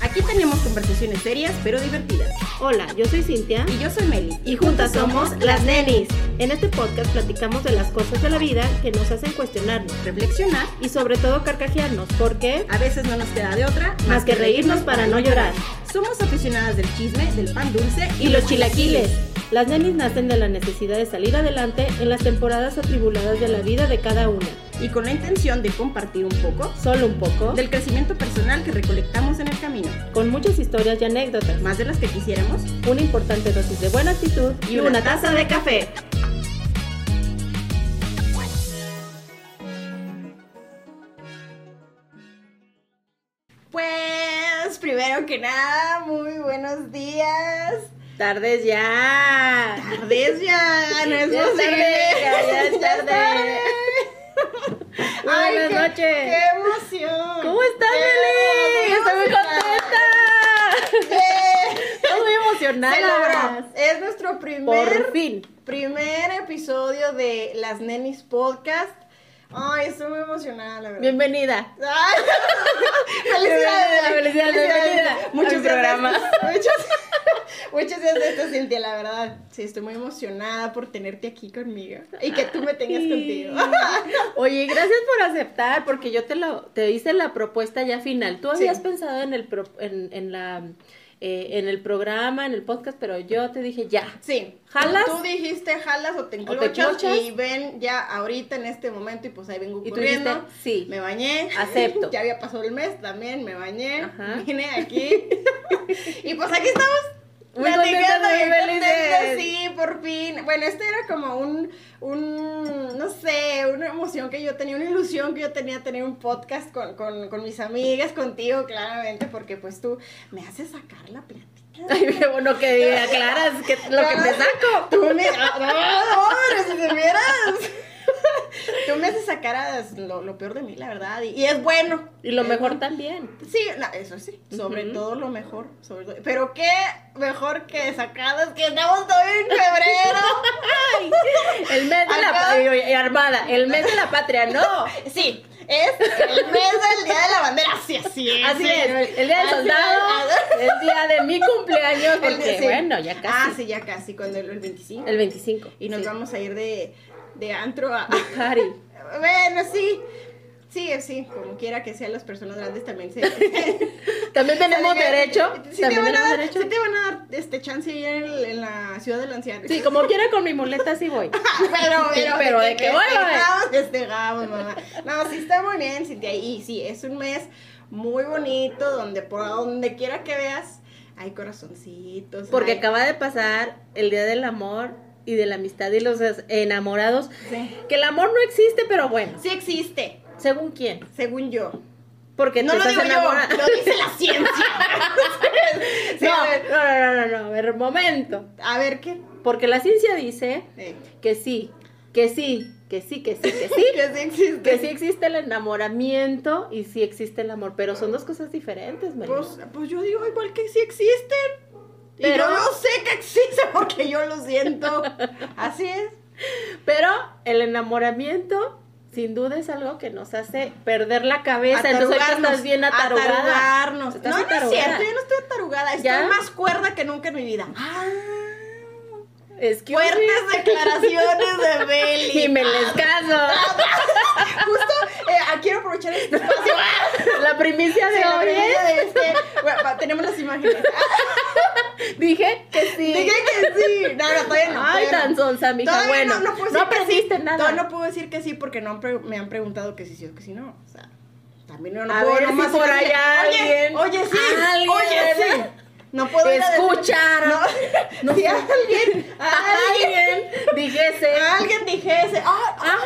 Aquí tenemos conversaciones serias pero divertidas. Hola, yo soy Cintia Y yo soy Meli. y juntas somos Las Nenis. En este podcast platicamos de las cosas de la vida que nos hacen cuestionarnos Reflexionar. y sobre todo carcajearnos porque A veces no nos queda de otra más que reírnos para no llorar. Somos aficionadas del chisme, del pan dulce Y los chilaquiles. Las Nenis nacen de la necesidad de salir adelante en las temporadas atribuladas de la vida de cada una. Y con la intención de compartir un poco Solo un poco, del crecimiento personal que recolectamos en el camino. con muchas historias y anécdotas, Más de las que quisiéramos. una importante dosis de buena actitud y una taza de café. Pues, primero que nada, muy buenos días. Tardes ya. Tardes ya, no es Ya es posible. tarde, ya, ya es Ya es tarde. tarde. Muy Ay, buenas qué- noches. ¡Qué emoción! Eh, ¿Cómo estás, Qué Meli? Estoy muy emocionada. contenta. ¡Bien! Estoy muy Se emocionada. logró. Es nuestro primer, Por fin. primer episodio de Las Nenis Podcast. Ay, estoy muy emocionada, la verdad. Bienvenida. Ay. felicidades, Bienvenida, bienvenida a mi días de programa. estos- muchos, muchos días de esto, Cintia, la verdad. Sí, estoy muy emocionada por tenerte aquí conmigo y que tú me tengas Sí. contigo. Oye, gracias por aceptar, porque yo te lo, te hice la propuesta ya final. Tú Sí. habías pensado en el pro- en, en la eh, en el programa, en el podcast, pero yo te dije ya. Sí. ¿Jalas? Tú dijiste jalas o te te enclochas enclochas. y ven ya ahorita en este momento y pues ahí vengo Y tú dijiste, corriendo. sí. Me bañé. Acepto. ya había pasado el mes también, me bañé. Ajá. Vine aquí. y pues aquí estamos. Muy contentas, muy bien contentas, felices. Sí, por fin. Bueno, este era como un, un, no sé, una emoción que yo tenía, una ilusión que yo tenía tener un podcast con, con, con mis amigas, contigo, claramente, porque pues tú me haces sacar la plática. Ay, qué bueno que aclaras que lo que te saco. Tú me. ah, No, no, pero si te vieras. Tú me haces sacar a lo, lo peor de mí, la verdad. Y, y es bueno. Y lo Es mejor bueno. también. Sí, no, eso sí. Sobre Ujú. todo lo mejor. Sobre todo- Pero qué mejor que sacadas que estamos todavía en febrero. El mes de la Acá- patria, oye, armada, el mes de la patria, no. Sí, es el mes del Día de la Bandera. Sí, así es. Así señor. es, el día del Así soldado, es. el día de mi cumpleaños, El día- porque sí. bueno, ya casi. Ah, sí, ya casi, cuando el, el 25. El 25. Y nos sí. Ah, vamos a ir de, de antro a. Cari. Bueno, sí. Sí, sí, como quiera que sean las personas grandes también se... También tenemos derecho. Sí te, también van a tenemos dar, derecho. sí te van a dar este chance ahí en, el- en la ciudad del anciano. Sí, como quiera con mi muleta sí voy. pero, Sí, pero de que voy, voy. Despejamos, despejamos, mamá. No, sí está muy bien, Cintia. Y sí, es un mes muy bonito donde por donde quiera que veas hay corazoncitos. Porque hay- acaba de pasar el Día del Amor y de la Amistad y los enamorados. Sí. Que el amor no existe, pero bueno. Sí existe, ¿Según quién? según yo. Porque No tú lo estás digo yo, enamorada. lo dice la ciencia. Sí, No, a ver. no, no, no, no, no, a ver, momento. A ver qué. Porque la ciencia dice Eh, que sí, que sí, que sí, que sí, que sí. Que sí existe. Que sí existe el enamoramiento y sí existe el amor, pero son dos cosas diferentes, Meli. Pues, pues yo digo igual que sí existen. Y Pero- yo lo sé que existe porque yo lo siento. Así es. Pero el enamoramiento, sin duda, es algo que nos hace perder la cabeza. Entonces ahorita Atarugarnos, estás bien atarugada. atarugarnos. Estás No, no es atarugada. cierto, yo no estoy atarugada. Estoy ¿Ya? Ah, más cuerda que nunca en mi vida. Es que Fuertes declaraciones de Beli. y me les Ah, caso. Justo eh, ah, quiero aprovechar este espacio. La primicia de Sí, la hoy premisa de este. Bueno, pa- tenemos las imágenes. es- dije que sí. Dije que sí. No, no, todavía no. Ay, todavía no. tan sonsa, mija. Todavía no, bueno, no puedo decir que aprendiste sí. nada. Todavía no puedo decir que sí porque no han pre- me han preguntado que sí, sí o que sí no. O sea, también no, no A puedo ver si nomás por ir a decir, allá oye, alguien- Oye, sí. alguien, oye, sí. ¿verdad? No puedo ir a decir- Escucharon. No, No si sé. alguien, alguien, Alguien dijese. alguien dijese, ah, ah, Ah,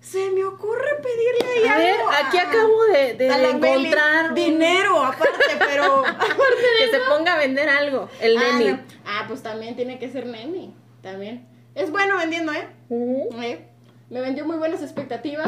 se me ocurre pedirle ahí a ver, algo aquí acabo de, de a la Meli. encontrar un- dinero aparte, pero que se ponga a vender algo. El Ah, neni. no. Ah, pues también tiene que ser neni, también. Es bueno vendiendo, ¿eh? Ujú. Eh, Me vendió muy buenas expectativas.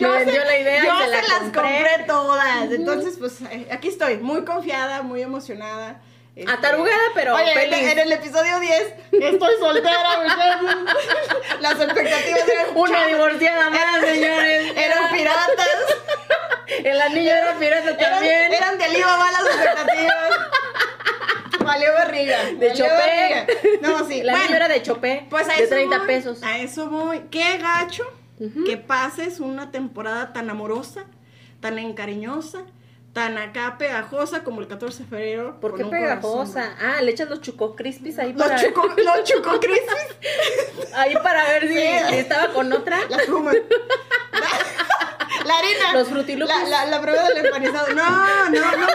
Me vendió la idea y yo se la las compré. compré todas. Entonces, pues eh, aquí estoy, muy confiada, muy emocionada. Este, Atarugada, pero Oye, feliz. En, en el episodio 10, estoy soltera, muchachos. Las expectativas eran Una divorciada más, señores. Eran piratas. El el niño era pirata también. Eran, eran de Alibaba las expectativas. Valió barriga. De valió Chopé. barriga. No, sí. La Bueno, niña era de Chopé, pues a de eso 30 voy, pesos. A eso voy. Qué gacho que pases una temporada tan amorosa, tan encariñosa, tan acá pegajosa como el 14 de febrero. ¿Por con qué un corazón. pegajosa? Ah, le echas los chuco crispis ahí para, Los chuco, los chuco crispis. ahí para ver si, Sí. si estaba con otra. La espuma. La, la harina. Los Fruity Loopies. La, la, la prueba del empanizado. No, no, no.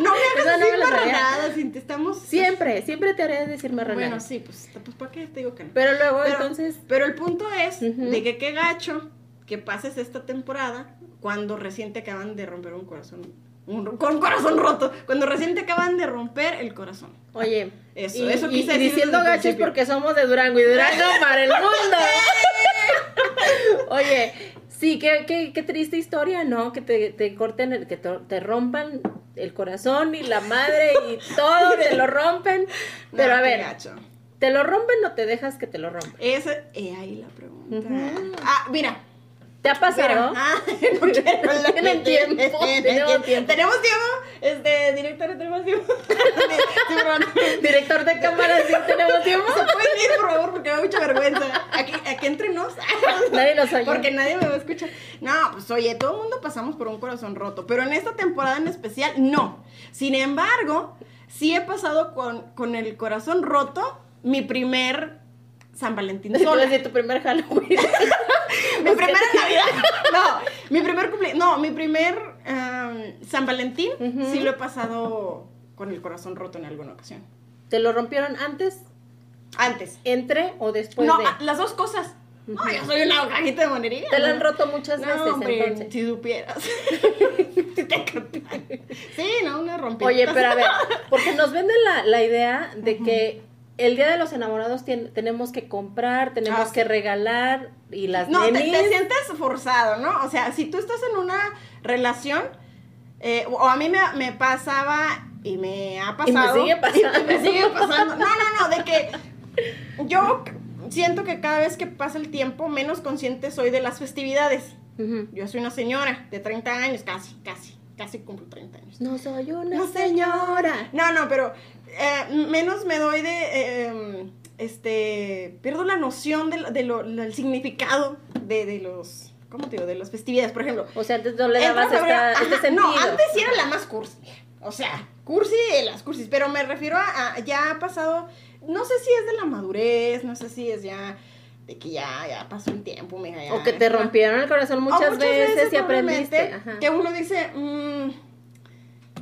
No me Esa hagas no así me la sabía. marranadas, Cintia, Estamos. Siempre, siempre te haré decir marranadas. Bueno, sí, pues, pues ¿para qué te digo que no? Pero luego Pero- entonces Pero el punto es Ujú. de que qué gacho que pases esta temporada cuando recién te acaban de romper un corazón. Un, ro- con un corazón roto. Cuando recién te acaban de romper el corazón. Oye, Eso, y, eso y- quise y decir diciendo desde el gachos principio. porque somos de Durango y Durango para el mundo. Oye, sí, qué, qué, qué triste historia, ¿no? Que te, te corten, el- que to- te, rompan el corazón y la madre y todo, te lo rompen. No, Pero a qué ver, gacho. ¿te lo rompen o te dejas que te lo rompan? Esa es ahí la pregunta. Ujú. Ah, mira. ¿Te ha pasado? Pero- ah, no quiero hablar Tienen de- tiempo, de- de- tenemos tiempo. Tenemos tiempo. Este, directora, tenemos tiempo. Sí, perdón. Director de cámara, sí tenemos tiempo. Se pueden ir, Pues, por favor, porque me da mucha vergüenza. Aquí, aquí entre nos. Nadie nos oye. Porque nadie me va a escuchar. No, pues oye, todo el mundo pasamos por un corazón roto, pero en esta temporada en especial no. Sin embargo, sí he pasado con, con el corazón roto mi primer San Valentín sola. Desde tu primer Halloween. mi primera Navidad. No, mi primer cumple, no, mi primer um, San Valentín Ujú. sí lo he pasado con el corazón roto en alguna ocasión. ¿Te lo rompieron antes, Antes. entre o después no, Pues de? ah, las dos cosas. No, yo soy una cajita de monería. Te la han ¿no? roto muchas No, veces hombre, entonces. si supieras. Si te contaran. Sí, no, una rompida. Oye, pero a ver, porque nos venden la, la idea de que el día de los enamorados tien- tenemos que comprar, tenemos Ah, sí. que regalar y las No, te, nenis, te sientes forzado, ¿no? O sea, si tú estás en una relación, eh, o a mí me, me pasaba y me ha Y me pasado. sigue pasando. y me sigue pasando. No, no, no, de que yo siento que cada vez que pasa el tiempo, menos consciente soy de las festividades. Ujú. Yo soy una señora de 30 años, casi, casi, casi cumplo 30 años. No soy una No, señora. No, no, pero eh, menos me doy de. eh, este. Pierdo la noción del, de lo- del significado de, de los. ¿Cómo te digo? De las festividades, por ejemplo. O sea, antes no le entra dabas febrero- esta- ajá, este sentido. No, antes sí era la más cursi. O sea, cursi de las cursis. Pero me refiero a, a Ya ha pasado. No sé si es de la madurez, no sé si es ya. De que ya, ya pasó el tiempo, mija, ya, o que te ajá. Ah, rompieron el corazón O muchas, veces, y aprendiste. probablemente, Ajá. Que uno dice, mm,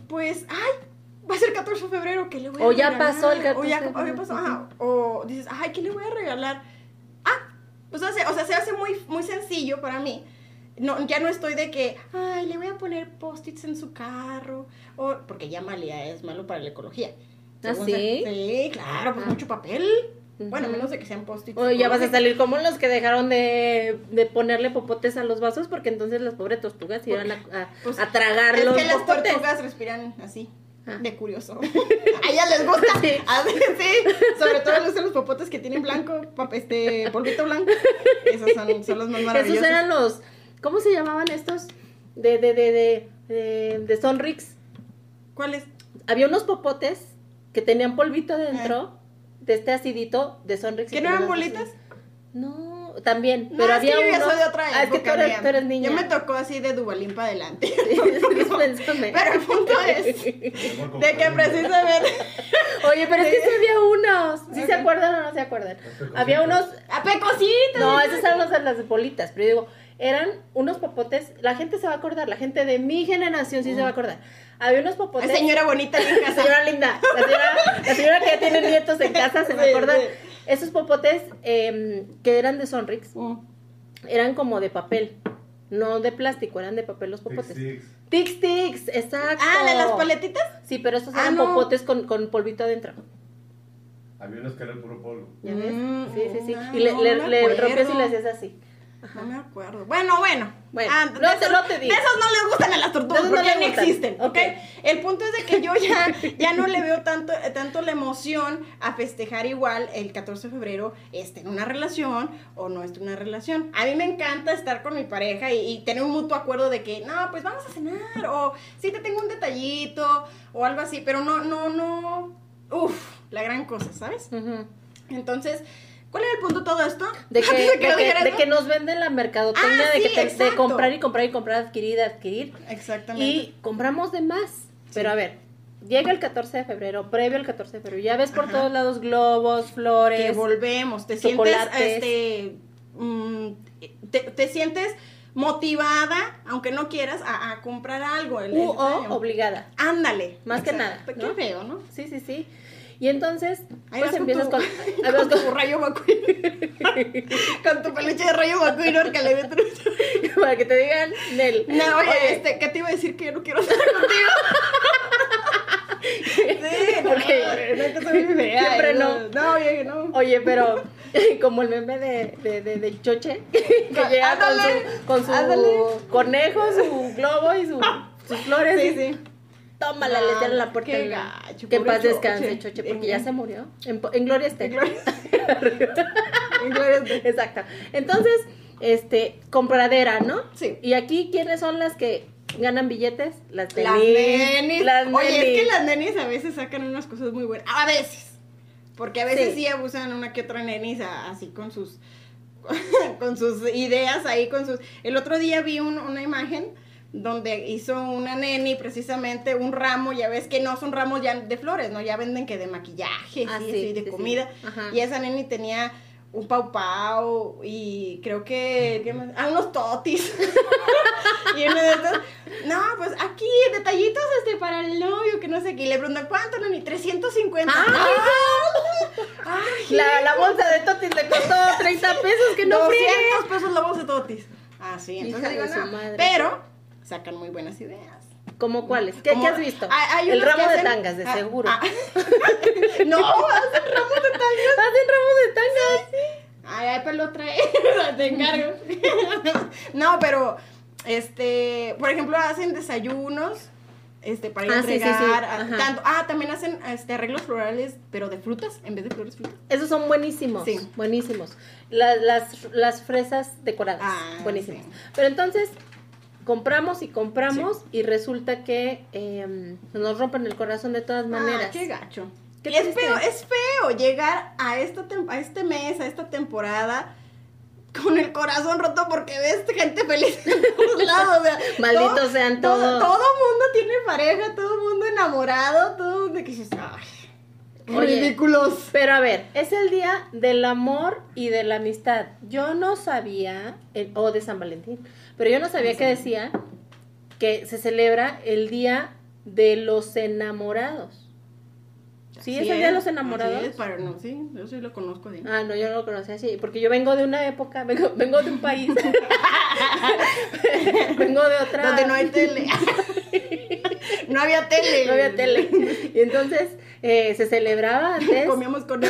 pues, ay, va a ser 14 de febrero, ¿qué le voy a O ya regalar? pasó el O ya 14 de o ya pasó, febrero. ajá. O dices, ay, ¿qué le voy a regalar? Ah, pues hace, o sea, se hace muy, muy sencillo para mí. No, ya no estoy de que, ay, le voy a poner post-its en su carro, o, porque ya malía es malo para la ecología. ¿Ah, Según sí? se- sí, claro, pues Ah. mucho papel. Bueno, a Ujú. menos de que sean post-its. Oye, ya vas a ecológicos. salir como los que dejaron de, de ponerle popotes a los vasos, porque entonces las pobres tortugas iban a, a, Pues, a tragar los Es que las popotes. tortugas respiran así, Ah. de curioso. A ellas les gusta. Sí. A veces, sí. Sobre todo les gustan los popotes que tienen blanco, pap- este polvito blanco. Esos son, son los más maravillosos. Esos eran los, ¿cómo se llamaban estos? De, de, de, de, de, de Sonrix. ¿Cuáles? Había unos popotes que tenían polvito dentro de este acidito de Sonrix. ¿Que y no eran tenían bolitas? No, también, No, pero es había que yo ya unos- soy de otra Ah, es que tú época, eres, mía. tú eres niña. Yo me tocó así de Dubalín para adelante. Dispénsame. Pero pues. el punto es de que precisamente... Oye, pero es que sí había unos. ¿Sí se Ok. acuerdan o no se acuerdan? Pecositos. Había unos ¡A pecositas! No, esas eran las, las de bolitas, pero yo digo, eran unos popotes, la gente se va a acordar, la gente de mi generación sí se va a acordar. Había unos Ay, popotes. señora bonita en casa. señora linda, la señora, la señora que ya tiene nietos en casa se va a Sí, acordar. sí. Esos popotes eh, que eran de Sonrix Mm. eran como de papel, no de plástico, eran de papel los Tic, popotes. tic. Tic tics, exacto. Ah, ¿la de las paletitas? Sí, pero esos Ah, eran no. popotes con, con polvito adentro. Había unos que eran puro polvo. ¿Ya ves? Mm, sí, sí, sí. no, y le, no le, me le acuerdo. rompías y le hacías así. No me acuerdo. Bueno, Ah, bueno. Bueno, de no te- esos- no te digo. De esos no les gustan a las tortugas De esos no porque les no gustan. existen, ¿ok? Ok. El punto es de que yo ya, ya no le veo tanto, tanto la emoción a festejar igual el 14 de febrero, este, en una relación o no es una relación. A mí me encanta estar con mi pareja y, y tener un mutuo acuerdo de que, no, pues vamos a cenar, o sí te tengo un detallito, o algo así, pero no, no, no, uff, la gran cosa, ¿sabes? Ujú. Entonces, ¿cuál era el punto de todo esto? De que, Antes de, lo que- dijeras, de ¿no? que nos venden la mercadotecnia Ah, de, que sí, te- de exacto. comprar y comprar y comprar, adquirir, adquirir. Exactamente. Y compramos de más. Pero a ver, llega el 14 de febrero, previo al 14 de febrero, ya ves por Ajá. todos lados globos, que flores. volvemos, te sientes, chocolates. este, mm, te, te sientes motivada, aunque no quieras, a, a comprar algo. el- el U o detalle. obligada. Ándale. Más que nada, Pues, ¿no? Qué feo, ¿no? Sí, sí, sí. Y entonces, Ahí pues vas empiezas con con. tu, ahí vas con con- tu rayo vacuino. con tu peluche de rayo vacuino que le metes- para que te digan, Nel. No, oye, oye, este, ¿qué te iba a decir que yo no quiero estar contigo? sí, no, Porque- no, que soy muy fea, Siempre y no. No, oye, no. Oye, pero como el meme de, de, de- del choche, que llega Ah, con Ándale, su, con su ándale. conejo, su globo y su- sus flores. Sí, sí. Tómala, le cierran la puerta. Qué en la- gacho, que en pobre paz descanse, Choche. choche, porque En- ya se murió. En, po- en gloria esté. En gloria- en gloria de- Exacto. Entonces, este, compradera, ¿no? Sí. Y aquí, ¿quiénes son las que ganan billetes? Las nenis. Las nenis. Las Oye, es que nenis. las nenis a veces sacan unas cosas muy buenas. A veces. Porque a veces Sí. sí, abusan una que otra nenis a- así con sus con sus ideas ahí, con sus... El otro día vi un- una imagen donde hizo una neni precisamente un ramo, ya ves que no son ramos ya de flores, ¿no? Ya venden que de maquillaje, Ah, sí, sí, sí, de sí, sí. comida. Ajá. Y esa neni tenía un pau pau y creo que, ¿qué más? Ah, unos totis. y uno de estos, no, pues aquí, detallitos este para el novio, que no sé qué. Y le preguntan, ¿cuánto, neni? 350. ¡Ay, ¡Ay! Ah. La, la bolsa de Totis le costó 30 pesos, que no 200 friegues. pesos la bolsa de totis. Ah, sí, entonces Hija de digo, su no, madre. Pero sacan muy buenas ideas. ¿Cómo cuáles? ¿Qué, Como- qué has visto? Ah, hay- hay el unos ramo que de hacen- tangas, de ah, seguro. ah. no, hacen ramos de tangas. Hacen ramos de tangas. Ay, ay, pues lo trae. Te encargo. no, pero, este, por ejemplo, hacen desayunos. Este, para ir a Ah, sí, sí, sí, entregar, a- ajá. tanto, ah, también hacen este, arreglos florales, pero de frutas, en vez de flores, frutas. Esos son buenísimos. Sí. Buenísimos. Las, las, las fresas decoradas. Ah, buenísimas. sí. Pero entonces, compramos y compramos y resulta que em, nos rompen el corazón de todas maneras. Ah, qué gacho. Qué Y es triste. feo, es feo llegar a, esta tem- a este mes, a esta temporada, con el corazón roto porque ves gente feliz en todos lados. o sea, Malditos todo- sean Todo, todos. todo mundo tiene pareja, todo mundo enamorado, todo de que dices, ay, Oye. ridículos. Pero a ver, es el día del amor y de la amistad. Yo no sabía, el- o de San Valentín, pero yo no sabía que decía que se celebra el día de los enamorados. Sí, es el día de los enamorados. Así es, pero no, sí, yo sí lo conozco así. Ah, no, yo no lo conocía así, porque yo vengo de una época, vengo, vengo de un país. vengo de otra. Donde no hay tele. no había tele. no había tele. Y entonces eh, se celebraba antes Comíamos con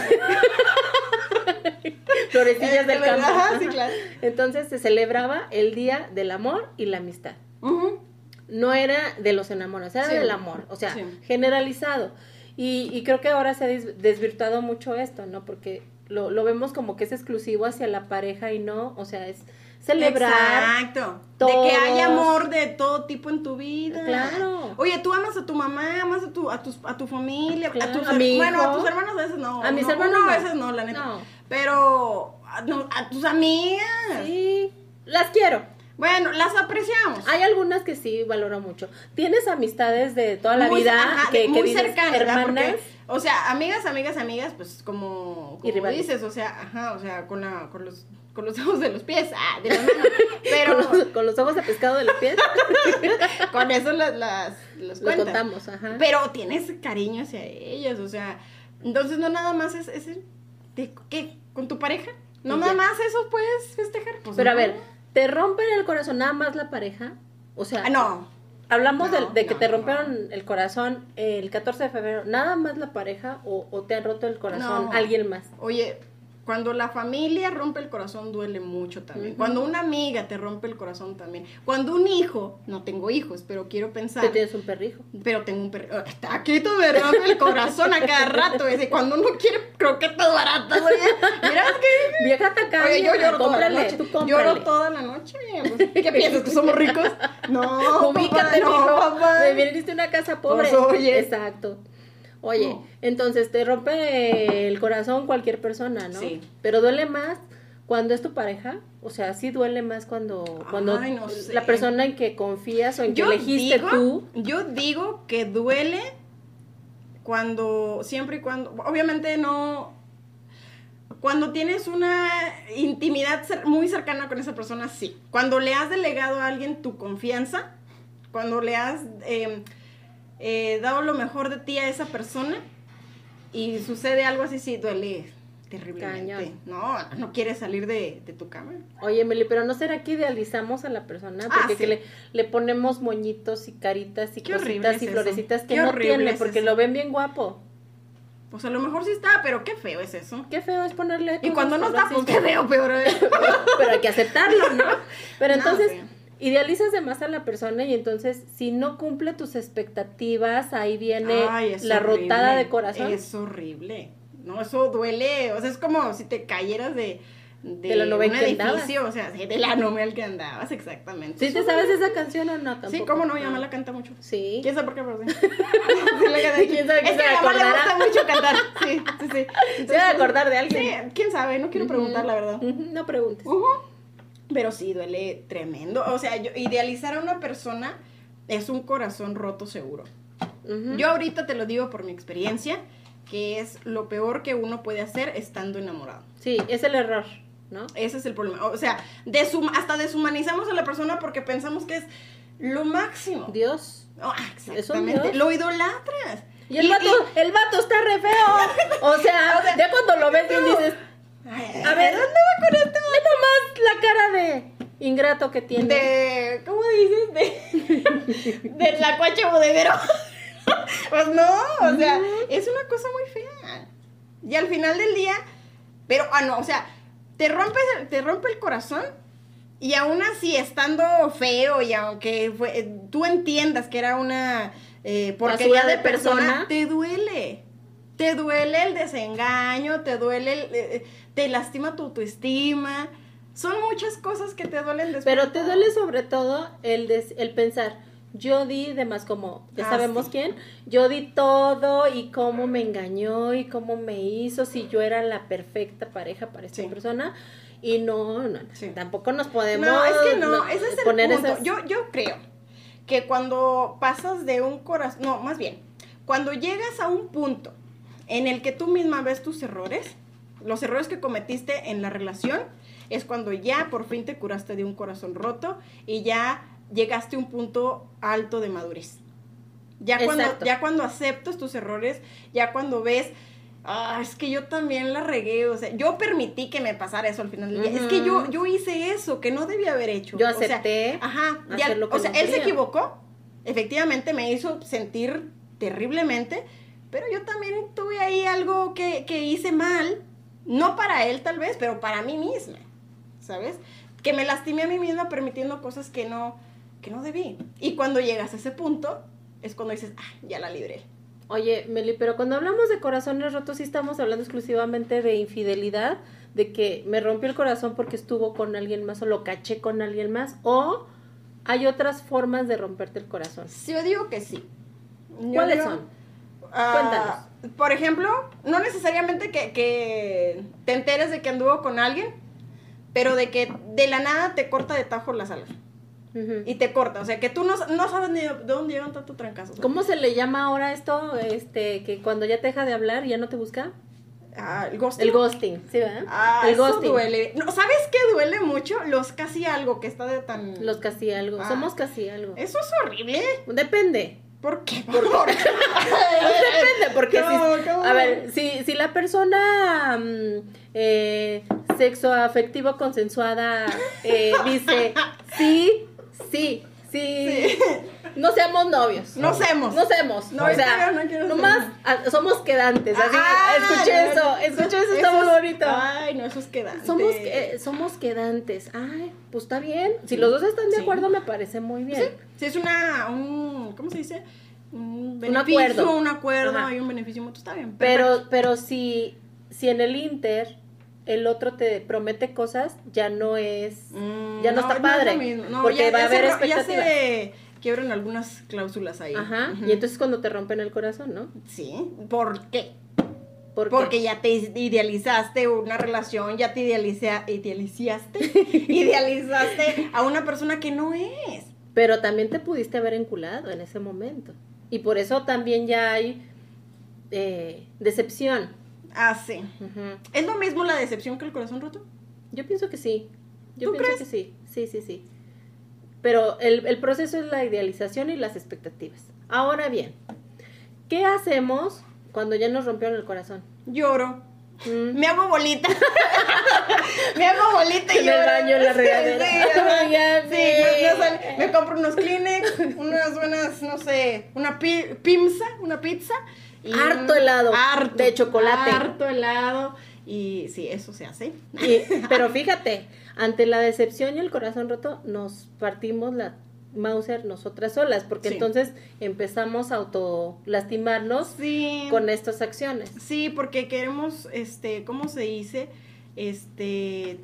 florecillas del campo. Ajá, Eh, sí, Ajá. claro. Entonces se celebraba el día del amor y la amistad. Ujú. No era de los enamorados, era Sí. del amor, o sea, Sí. generalizado. Y, y creo que ahora se ha des- desvirtuado mucho esto, ¿no? Porque lo, lo vemos como que es exclusivo hacia la pareja y no, o sea, es celebrar. Exacto. todos. De que hay amor de todo tipo en tu vida. Claro. Oye, tú amas a tu mamá, amas a tu, a tus, a tu familia, Claro. a tus A mi her- Bueno, hijo. a tus hermanos a veces no. A mis No, hermanos uno a no. veces no, la neta. No. Pero a, no, a tus amigas. Sí, las quiero. Bueno, las apreciamos. Hay algunas que sí valoro mucho. Tienes amistades de toda la Muy- vida ajá, que, que muy dices, cercanas, ¿verdad? Porque, hermanas. o sea, amigas, amigas, amigas, pues como, Y como rivales. dices, o sea, ajá, o sea, con la, con los, con los ojos de los pies, ah, de las manos. Pero Con, los, con los ojos de pescado de los pies, con eso las, las, las lo cuentas. contamos, ajá. Pero tienes cariño hacia ellas, o sea, entonces no nada más es, es el- de- ¿qué? ¿Con tu pareja? No Y nada ya. más eso puedes festejar. Pues Pero a no. ver, ¿te rompen el corazón nada más la pareja? O sea, Ah, no, hablamos No, del- de, que no, te no, rompieron el corazón el 14 de febrero, ¿nada más la pareja o, o te han roto el corazón No. alguien más? oye, Cuando la familia rompe el corazón duele mucho también. Ujú. Cuando una amiga te rompe el corazón también. Cuando un hijo, no tengo hijos, pero quiero pensar. Tú tienes un perrijo. Pero tengo un perro. Está aquí tu verano el corazón a cada rato. Ese, cuando uno quiere croquetas baratas. oye, Mira, es que. Vieja tacaña, oye, yo lloro toda la cómprale, noche. tú cómprale. Lloro toda la noche. pues, ¿Qué piensas? ¿Que somos ricos? No. Ubícate, papá, Oh, no, mijo. papá. Me viniste a una casa pobre. Pues, oye. Exacto. Oye, No. entonces te rompe el corazón cualquier persona, ¿no? Sí. Pero duele más cuando es tu pareja. O sea, sí duele más cuando, cuando Ay, no la sé. persona en que confías o en que Yo elegiste digo, tú. yo digo que duele cuando, siempre y cuando, obviamente no, cuando tienes una intimidad cer- muy cercana con esa persona, sí. Cuando le has delegado a alguien tu confianza, cuando le has eh, eh, dado lo mejor de ti a esa persona y sucede algo así, sí, duele terriblemente. Cañón. No, no quieres salir de, de tu cama. Oye, Meli, pero ¿no será que idealizamos a la persona? Ah, Porque sí. que le, le ponemos moñitos y caritas y Qué horrible cositas es y eso. florecitas que Qué no horrible tiene, es porque eso. lo ven bien guapo. Pues a lo mejor sí está, pero qué feo es eso. Qué feo es ponerle. Y cosas cuando no está, pues florecitas. qué feo, peor es. pero hay que aceptarlo, ¿no? Pero No, entonces sí. idealizas de más a la persona y entonces si no cumple tus expectativas, ahí viene Ay, es la horrible. rotada de corazón Es horrible. No, eso duele. O sea, es como si te cayeras de, de, De la novela un que andabas. edificio, o sea, de la novela que andabas, exactamente. ¿Sí te Eso sabes duele. esa canción o no? Tampoco. Ah. Sí, cómo no, mi mamá la canta mucho. Sí. ¿Quién sabe por qué? Pero sí. Sí, la canta. ¿Quién sabe quién es que se a mi mamá le acordará? gusta mucho cantar. Sí, sí, sí. Se Entonces, debe acordar de Sí, alguien. quién sabe, no quiero preguntar, la verdad. Ujú, No preguntes. Ujú. Pero sí, duele tremendo. O sea, yo- idealizar a una persona es un corazón roto seguro. Ujú. Yo ahorita te lo digo por mi experiencia, que es lo peor que uno puede hacer estando enamorado. Sí, es el error, ¿no? Ese es el problema. O sea, deshum- hasta deshumanizamos a la persona porque pensamos que es lo máximo. Dios. Oh, ah, exactamente. dios. Lo idolatras. Y el vato, el vato está re feo. O sea, O sea, ya cuando lo ves bien dices, Ay, a ver, ¿dónde va con este vato? Mira nomás la cara de ingrato que tiene. de ¿cómo dices? De, de la cuacha bodedero. pues no, o sea, es una cosa muy fea. Y al final del día, pero ah no, o sea, te rompes el- te rompe el corazón y aún así estando feo y aunque fue- tú entiendas que era una eh, porquería Basura de de persona, persona. te duele. Te duele el desengaño, te duele, el- eh, te lastima tu autoestima. Son muchas cosas que te duelen después. Pero te duele sobre todo el, des- el pensar, yo di de más como, ya Ah, sabemos sí. quién, yo di todo y cómo me engañó y cómo me hizo, si yo era la perfecta pareja para esta Sí. persona. Y no, no, no, Sí. tampoco nos podemos No, es que no, no, ese es el poner punto. esas- Yo, yo creo que cuando pasas de un corazón, no, más bien, cuando llegas a un punto en el que tú misma ves tus errores, los errores que cometiste en la relación, es cuando ya por fin te curaste de un corazón roto y ya llegaste a un punto alto de madurez. Ya cuando, Exacto. ya cuando aceptas tus errores, ya cuando ves, ah, es que yo también la regué, o sea, yo permití que me pasara eso al final del día. Es que yo, Ujú. yo hice eso que no debía haber hecho. Yo O sea, acepté ajá. y hacer al- lo que o sea, no él se quería. equivocó. Efectivamente me hizo sentir terriblemente. Pero yo también tuve ahí algo que, que hice mal. No para él tal vez, pero para mí misma. ¿Sabes? Que me lastimé a mí misma permitiendo cosas que no, que no debí. Y cuando llegas a ese punto, es cuando dices, ah, ya la libré. Oye, Meli, pero cuando hablamos de corazones rotos, sí estamos hablando exclusivamente de infidelidad, de que me rompió el corazón porque estuvo con alguien más o lo caché con alguien más, o hay otras formas de romperte el corazón. Sí, yo digo que sí. Yo ¿Cuáles digo- son? Ah, Por ejemplo, no necesariamente que, que te enteres de que anduvo con alguien, pero de que de la nada te corta de tajo las alas. Ujú. Y te corta, o sea, que tú no, no sabes ni de dónde llevan tanto trancazo. ¿Cómo se le llama ahora esto? Este, que cuando ya te deja de hablar, ya no te busca. Ah, el ghosting. El ghosting, ¿sí, verdad? Ah, el eso duele. No, ¿Sabes qué duele mucho? Los casi algo que está de tan... Los casi algo, Ah. somos casi algo. Eso es horrible. Depende. ¿Por qué? ¿Por, qué? Eh, Depende, porque No, si, ¿cómo a no? ver, si, si la persona mm, eh, sexo afectivo consensuada eh, dice sí, sí, sí, no seamos novios. No semos. No seamos. No, o yo sea, no quiero ser. nomás ah, somos quedantes. Así, Ah, escuché no, eso, no. escuché eso, está muy Esos- bonito. Ay, no, esos quedantes. Somos, que- somos quedantes. Ay, pues está bien. Si los dos están de Sí. acuerdo, me parece muy bien. Sí, es una, un, ¿cómo se dice? Un acuerdo. beneficio, un acuerdo, Ajá. hay un beneficio mutuo, está bien. Pero, pero si, si en el Inter el otro te promete cosas, ya no es. Mm, ya no está padre, es lo mismo. porque va a haber se ro- Ya expectativa. se quiebran algunas cláusulas ahí. Ajá. Ujú. Y entonces cuando te rompen el corazón, ¿no? Sí, ¿por qué? Porque, Porque ya te idealizaste una relación, ya te idealiza, idealizaste, idealizaste a una persona que no es. Pero también te pudiste haber enculado en ese momento. Y por eso también ya hay eh, decepción. Ah, sí. Ujú. ¿Es lo mismo la decepción que el corazón roto? Yo pienso que sí. Yo ¿Tú pienso crees? que sí. Sí, sí, sí. Pero el, el proceso es la idealización y las expectativas. Ahora bien, ¿qué hacemos cuando ya nos rompieron el corazón? Lloro. Mm. Me hago bolita. me hago bolita y En el lloro. baño, en la Sí, regadera. sí, ajá. Ya este Sí, sé. no- no sale. Me compro unos Kleenex, unas buenas, no sé, una pi- pimsa, una pizza. Harto helado Harto. de chocolate. Harto helado. Y sí, eso se hace. Y- pero fíjate, ante la decepción y el corazón roto, nos partimos la Mauser nosotras solas, porque Sí. entonces empezamos a auto lastimarnos Sí. con estas acciones. Sí, porque queremos, este, ¿cómo se dice? Este,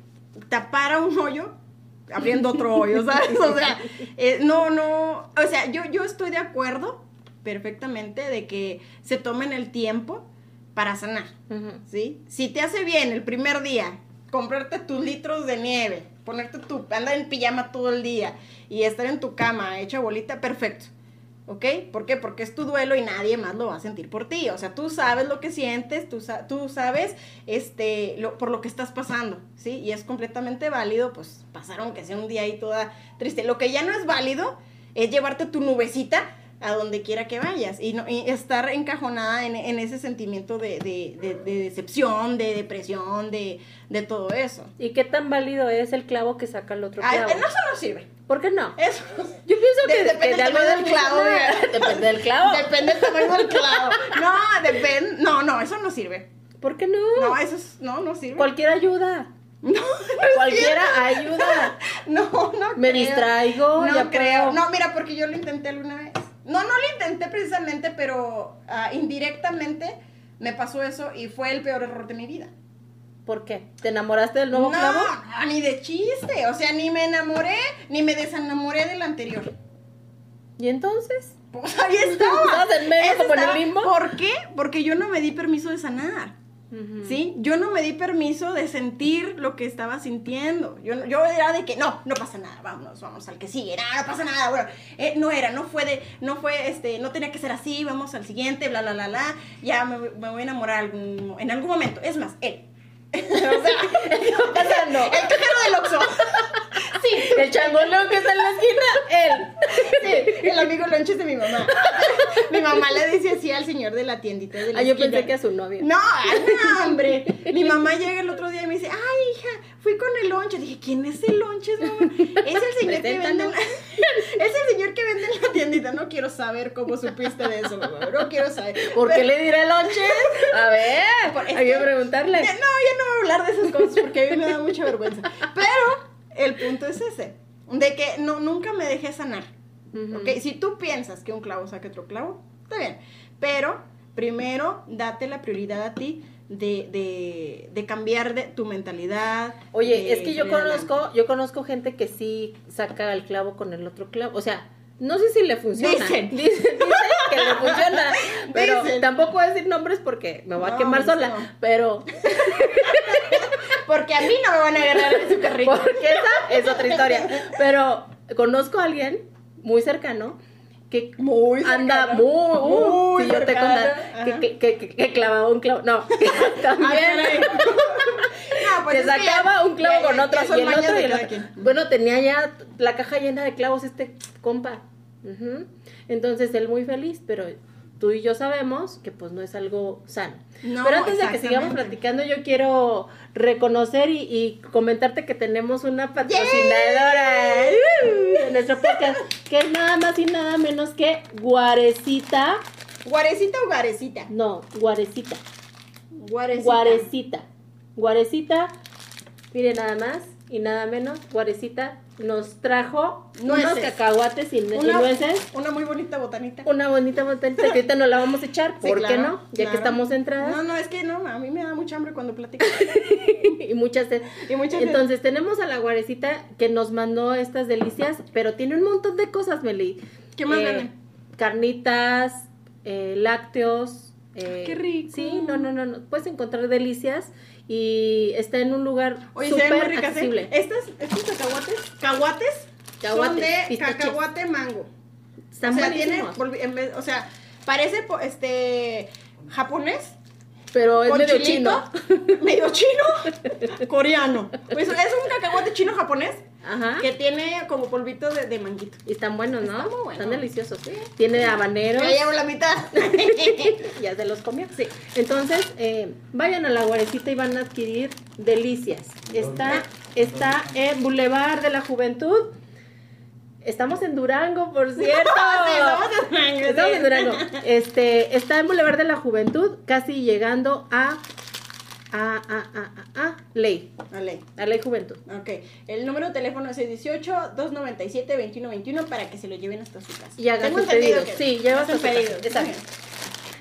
tapar a un hoyo abriendo otro hoyo, ¿sabes? O sea, eh, no, no, o sea, yo, yo estoy de acuerdo perfectamente de que se tomen el tiempo para sanar, Ujú. ¿sí? Si te hace bien el primer día comprarte tus litros de nieve, ponerte tu, andar en pijama todo el día y estar en tu cama hecha bolita, perfecto. ¿Ok? ¿Por qué? Porque es tu duelo y nadie más lo va a sentir por ti. O sea, tú sabes lo que sientes, tú, sa- tú sabes este, lo- por lo que estás pasando, ¿sí? Y es completamente válido, pues, pasar aunque sea un día ahí toda triste. Lo que ya no es válido es llevarte tu nubecita a donde quiera que vayas y, no, y estar encajonada en, en ese sentimiento de, de- de- de decepción, de depresión, de, de todo eso. ¿Y qué tan válido es el clavo que saca el otro Ay, clavo? no, eso no sirve. ¿Por qué no? Eso no sirve. Yo pienso que De- depende del algo tamaño del clavo, funciona. diga. Depende del clavo. Depende del tamaño del clavo. No, depende. No, no, eso no sirve. ¿Por qué no? No, eso es, no, no sirve. Cualquier ayuda. No, Cualquiera ayuda. no, no. Me creo. distraigo. No ya creo. puedo. No, mira, porque yo lo intenté alguna vez. No, no lo intenté precisamente, pero ah, indirectamente me pasó eso y fue el peor error de mi vida. ¿Por qué? ¿Te enamoraste del nuevo no, clavo? no, ni de chiste. O sea, ni me enamoré, ni me desenamoré del anterior. ¿Y entonces? Pues ahí estaba. Estabas en medio, Eso como en el estaba. limbo. ¿Por qué? Porque yo no me di permiso de sanar. Ujú. ¿Sí? Yo no me di permiso de sentir lo que estaba sintiendo. Yo, no- yo era de que no, no pasa nada, vámonos, vamos al que sigue, no, no pasa nada. Bueno, eh, no era, no fue de, no fue, este, no tenía que ser así, vamos al siguiente, bla, bla, bla, bla. Ya me, me voy a enamorar algún- en algún momento. Es más, él. o sea, pasando. el cajero del Oxxo. Sí, el changolón que está en la esquina, él. El amigo lonches de mi mamá. mi mamá le dice así al señor de la tiendita de la Ah, yo esquina. pensé que a su novia. No, no, hombre. Mi mamá llega el otro día y me dice, ay, hija, fui con el lonche. Dije, ¿quién es el lonche? mamá? Es el señor que vende. en la- es el señor que vende en la tiendita. No quiero saber cómo supiste de eso, mamá. No quiero saber. ¿Por qué Pero- le diré lonche? A ver, Por- es hay que que- preguntarle. Ya, no, ya no voy a hablar de esas cosas porque a mí me da mucha vergüenza. Pero el punto es ese, de que no, nunca me dejé sanar. Ujú. ¿ok? Si tú piensas que un clavo saque otro clavo, está bien. Pero primero date la prioridad a ti de, de, de cambiar de tu mentalidad. Oye, de es que yo salir adelante. conozco, yo conozco gente que sí saca el clavo con el otro clavo. O sea, no sé si le funciona. Dicen. dicen, dicen que le funciona. Pero Dicen. tampoco voy a decir nombres porque me voy a No, quemar pues sola. no. Pero Porque a mí no me van a agarrar de su carrito. Porque esa es otra historia. Pero conozco a alguien muy cercano que Muy anda cercano. muy, uh, Muy si yo te cercano, Ah, contara, ajá. que, que, que- que clavaba un clavo, no, que también No, pues que es que ya- sacaba un clavo ya- con ya otro son y el mañas otro de y el cada otro. quien. Bueno, tenía ya la caja llena de clavos este compa. Ujú. Entonces él muy feliz, pero tú y yo sabemos que pues no es algo sano. No, Pero antes de que exactamente. sigamos platicando, yo quiero reconocer y, y comentarte que tenemos una patrocinadora ¡Uh! de nuestro podcast, que es nada más y nada menos que Guarecita. ¿Guarecita o guarecita? No, Guarecita. Guarecita. Guarecita. Guarecita, mire nada más y nada menos, Guarecita nos trajo unos Nueces. cacahuates y, ne- y Una- nueces. Una muy bonita botanita. Una bonita botanita que ahorita no la vamos a echar, Sí, ¿por qué claro, no? Ya que claro. estamos entradas No, no, es que no, a mí me da mucha hambre cuando platico. y muchas de- Y muchas veces- Entonces tenemos a la guarecita que nos mandó estas delicias, pero tiene un montón de cosas, Meli. ¿Qué más Eh, venden? Carnitas, eh, lácteos. eh, Qué rico. Sí, no, no, no, no. Puedes encontrar delicias y está en un lugar Oye, se ven muy súper ricas, ¿eh? accesible. Estas, estos cacahuates, cacahuates, son Cacahuates, de pistaches. cacahuate mango. Están o sea, tiene, buenísimos. volvi- en vez- o sea, parece po- este japonés, pero es con medio chino. chilito, medio chino, coreano. Pues es un cacahuate chino japonés Ajá. que tiene como polvito de, de manguito. Y están buenos, ¿no? Están muy buenos. Están deliciosos. Tiene habanero. Ya llevo la mitad. ya se los comió. Sí. Entonces, eh, vayan a la guarecita y van a adquirir delicias. Está, está en Boulevard de la Juventud. Estamos en Durango, por cierto. Estamos en Durango. Este, está en Boulevard de la Juventud, casi llegando a a, a, a, a, a Ley, Vale. a Ley Juventud. Ok, el número de teléfono es 618-297-2121 para que se lo lleven hasta su casa. Y hagan Tengo sus entendido pedidos. que Sí, llevas hacen tus pedidos. pedidos. Exacto. Muy bien.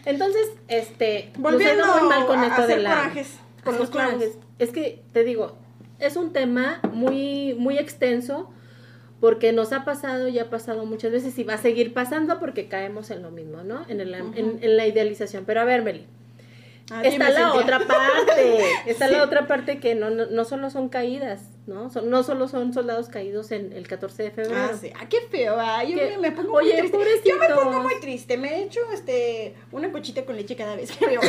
Entonces, este, nos Volviendo ha ido muy mal con a esto hacer de la corajes con hacer los clavos. corajes. Es que te digo, es un tema muy muy extenso porque nos ha pasado y ha pasado muchas veces y va a seguir pasando porque caemos en lo mismo, ¿no? En, el- Ujú. en- en la idealización. Pero a ver, Meli, Ah, está dime, la Cintia. otra parte, está la otra parte que no, no, no solo son caídas, ¿no? Son- no solo son soldados caídos en el 14 de febrero. Ah, sí. Ah, qué feo. ah, Yo ¿Qué? me, me pongo Oye, muy triste. Yo me pongo pobrecitos. muy triste. Me he hecho este, una conchita con leche cada vez que veo.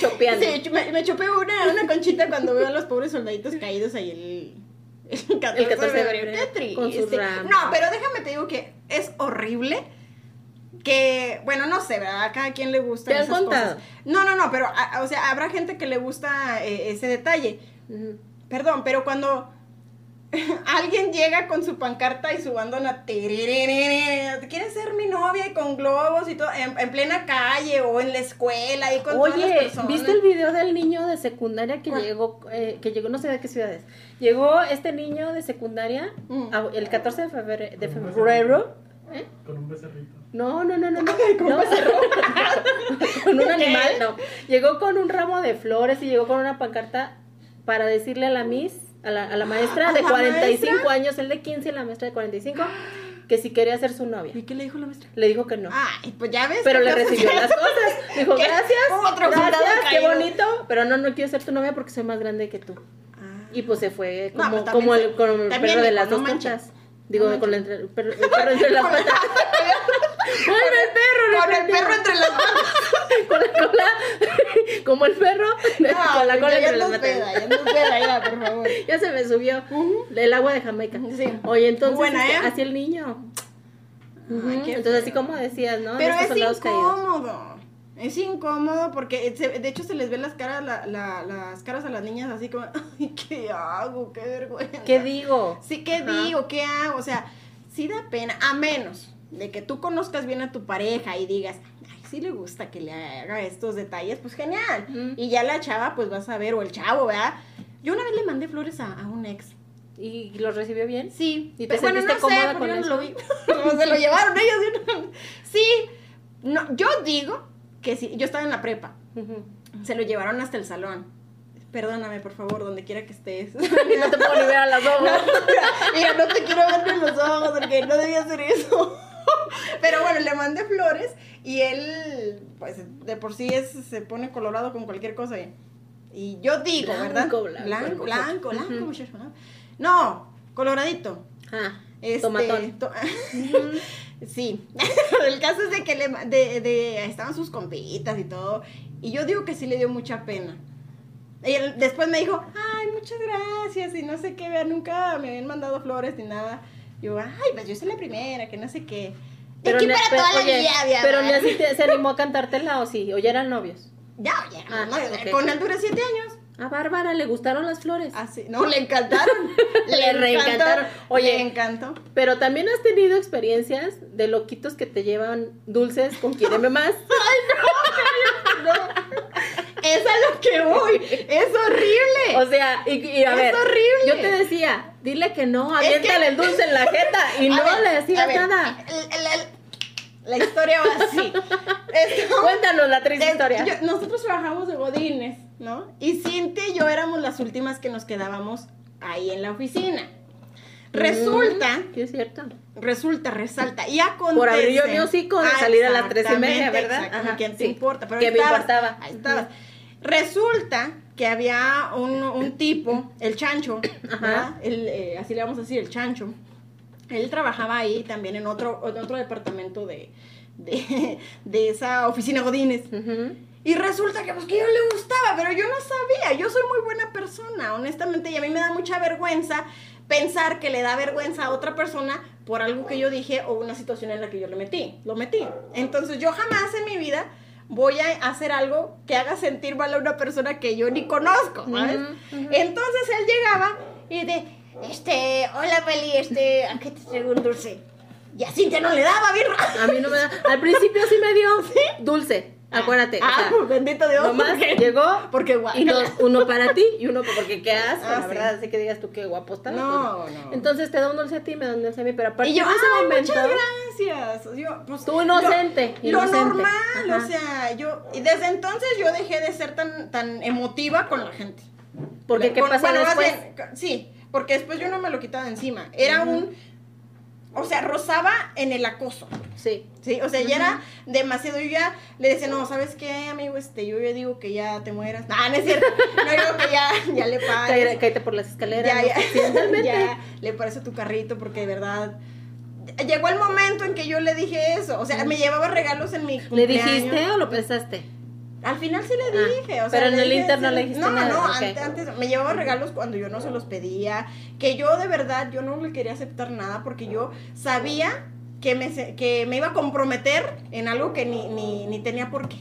Chopeando. Sí, me, me chupé una, una conchita cuando veo a los pobres soldaditos caídos ahí el. El 14, El 14 de de febrero, febrero. Qué triste. con sus ramas. No, pero déjame te digo que es horrible. Que, bueno, no sé, ¿verdad? A cada quien le gusta. Te han contado. No, no, no, pero, a- a- o sea, habrá gente que le gusta eh, ese detalle. Ujú. Perdón, pero cuando alguien llega con su pancarta y su bandona, "Tererere, ¿quieres ser mi novia? Y con globos y todo, en, en plena calle o en la escuela y con todas las Oye, personas. ¿viste el video del niño de secundaria que ¿Cuál? llegó, eh, que llegó no sé de qué ciudades? Llegó este niño de secundaria Mm. a- el 14 de febrero, de febrero. ¿eh? Con un becerrito. No, no, no, no. no, no. con un animal, no. Llegó con un ramo de flores y llegó con una pancarta para decirle a la Miss, a la, a la maestra ¿A de la 45 maestra? años, él de 15 y la maestra de 45, que si quería ser su novia. ¿Y qué le dijo la maestra? Le dijo que no. Ay, pues ya ves. Pero qué le cosas. recibió las cosas. Dijo, ¿Qué? gracias. Otro gracias, soldado qué caído". bonito. Pero no, no quiero ser tu novia porque soy más grande que tú. Ah. Y pues se fue No, como, pues también como el, se- con el también, perro de hijo, las no dos manches. patas. Digo, No con la entre- el, perro, el perro entre las patas. Ay, no, el perro, Con el repente. perro entre las manos. Con la cola. como el perro. con la cola ya entre las no patas. peda, ya no peda, ya, por favor. Ya se me subió Ujú. el agua de Jamaica. Sí. Oye, entonces Buena, este, ¿eh? así el niño. Ujú, qué Entonces, así feo. como decías, ¿no? Pero Estos es soldados caídos. incómodo. Es incómodo porque se- de hecho se les ven las caras, la- la- las caras a las niñas así como, ay, ¿qué hago? Qué vergüenza. ¿Qué digo? Sí, ¿qué Ajá. digo? ¿Qué hago? O sea, sí da pena, a menos de que tú conozcas bien a tu pareja y digas, ay, sí le gusta que le haga estos detalles, pues genial. Ujú. Y ya la chava, pues vas a ver, o el chavo, ¿verdad? Yo una vez le mandé flores a, a un ex. ¿Y los recibió bien? Sí. ¿Y te Pero bueno, sentiste no cómoda sé, con porque yo no eso? lo vi. Como se lo llevaron ellos. yo no- Sí. No, yo digo que sí. Yo estaba en la prepa. Ujú. Se lo llevaron hasta el salón. Perdóname, por favor, donde quiera que estés. No te puedo ni ver a las dos. Mira, no te quiero verme en los ojos porque no debía hacer eso. Pero bueno, le mandé flores y él, pues de por sí es, se pone colorado con cualquier cosa. Y, y yo digo, Blanco, ¿verdad? blanco, el muchacho. blanco, blanco, blanco, Ujú. muchacho, ¿no? No, coloradito. Ah, Este, tomatón. to- sí. el caso es de que le, ma- de, de- estaban sus compitas y todo. Y yo digo que sí le dio mucha pena. Y él después me dijo, ay, muchas gracias. Y no sé qué, vea, nunca me habían mandado flores ni nada. Yo, ay, pues yo soy la primera, que no sé qué. aquí ne- para pe- toda la oye, vida, había Pero ni más. así te- se animó a cantártela o sí, o ya eran novios. Ya, ya. Ah, no, ok. Con él duré siete años. A Bárbara le gustaron las flores. Así. No, le encantaron. Le encantó, reencantaron. Oye. Le encantó. Pero también has tenido experiencias de loquitos que te llevan dulces con quiéreme más. Es a lo que voy. Es horrible. O sea, y, y a Es ver, horrible. yo te decía, dile que no, Es aviéntale que- el dulce en la jeta y A no ver, le a decías ver, nada. el- el- el- la historia va así. Esto- Cuéntanos la triste Eh, historia. yo- nosotros trabajamos de godines, ¿no? Y Cintia y yo éramos las últimas que nos quedábamos ahí en la oficina. Resulta, Mm, que es cierto. resulta, resalta, y acontece. Por abrir yo mi hocico de Ah, salir a las tres y media, exactamente, ¿verdad? exacto, Ajá, ¿Quién te sí. importa? Pero Que ahí me estabas, importaba. ahí estabas. Resulta que había un, un tipo, el chancho, ¿verdad? El, eh, así le vamos a decir, el chancho. Él trabajaba ahí también en otro, en otro departamento de, de, de esa oficina Godines. Ujú. Y resulta que pues que yo le gustaba, pero yo no sabía. Yo soy muy buena persona, honestamente, y a mí me da mucha vergüenza pensar que le da vergüenza a otra persona por algo que yo dije o una situación en la que yo le metí, lo metí. Entonces yo jamás en mi vida voy a hacer algo que haga sentir mal a una persona que yo ni conozco, ¿sabes? Ujú, ujú. Entonces él llegaba y de, este, hola Meli, este, aquí te traigo un dulce. Y a Cintia no le daba, bien raro. A mí no me da. Al principio sí me dio dulce. Acuérdate. o Ah, sea, bendito Dios. nomás porque- llegó Porque guay. y dos, uno para ti y uno porque qué asco, Ah, la sí. verdad, así que digas tú qué guapo está. No, no. Entonces te da un dulce a ti, me da un dulce a mí, pero aparte y yo, de ese "Ay, momento, muchas gracias. Yo, pues, Tú inocente, Lo, inocente. lo normal, Ajá. o sea, yo. Y desde entonces yo dejé de ser tan, tan emotiva con la gente. porque qué Con- pasa bueno, más después. bien, con- sí, porque después yo no me lo quitaba de encima. Era un. O sea, rozaba en el acoso. Sí. Sí, o sea, ya era demasiado. Yo ya le decía, no, ¿sabes qué, amigo? Este, yo ya digo que ya te mueras. Ah, no es cierto. No, yo digo que ya, ya le pares. Cállate, cállate por las escaleras. Ya, ¿no? ya, Finalmente. ya, le parece tu carrito porque de verdad llegó el momento en que yo le dije eso, o sea, me llevaba regalos en mi ¿Le cumpleaños. dijiste o lo pensaste? Al final sí le Ah, dije, o sea, pero en le el dije Inter no así- le dijiste No, nada, no, ok. ante- antes me llevaba regalos cuando yo no se los pedía, que yo de verdad yo no le quería aceptar nada porque yo sabía que me se- que me iba a comprometer en algo que ni ni, ni tenía por qué.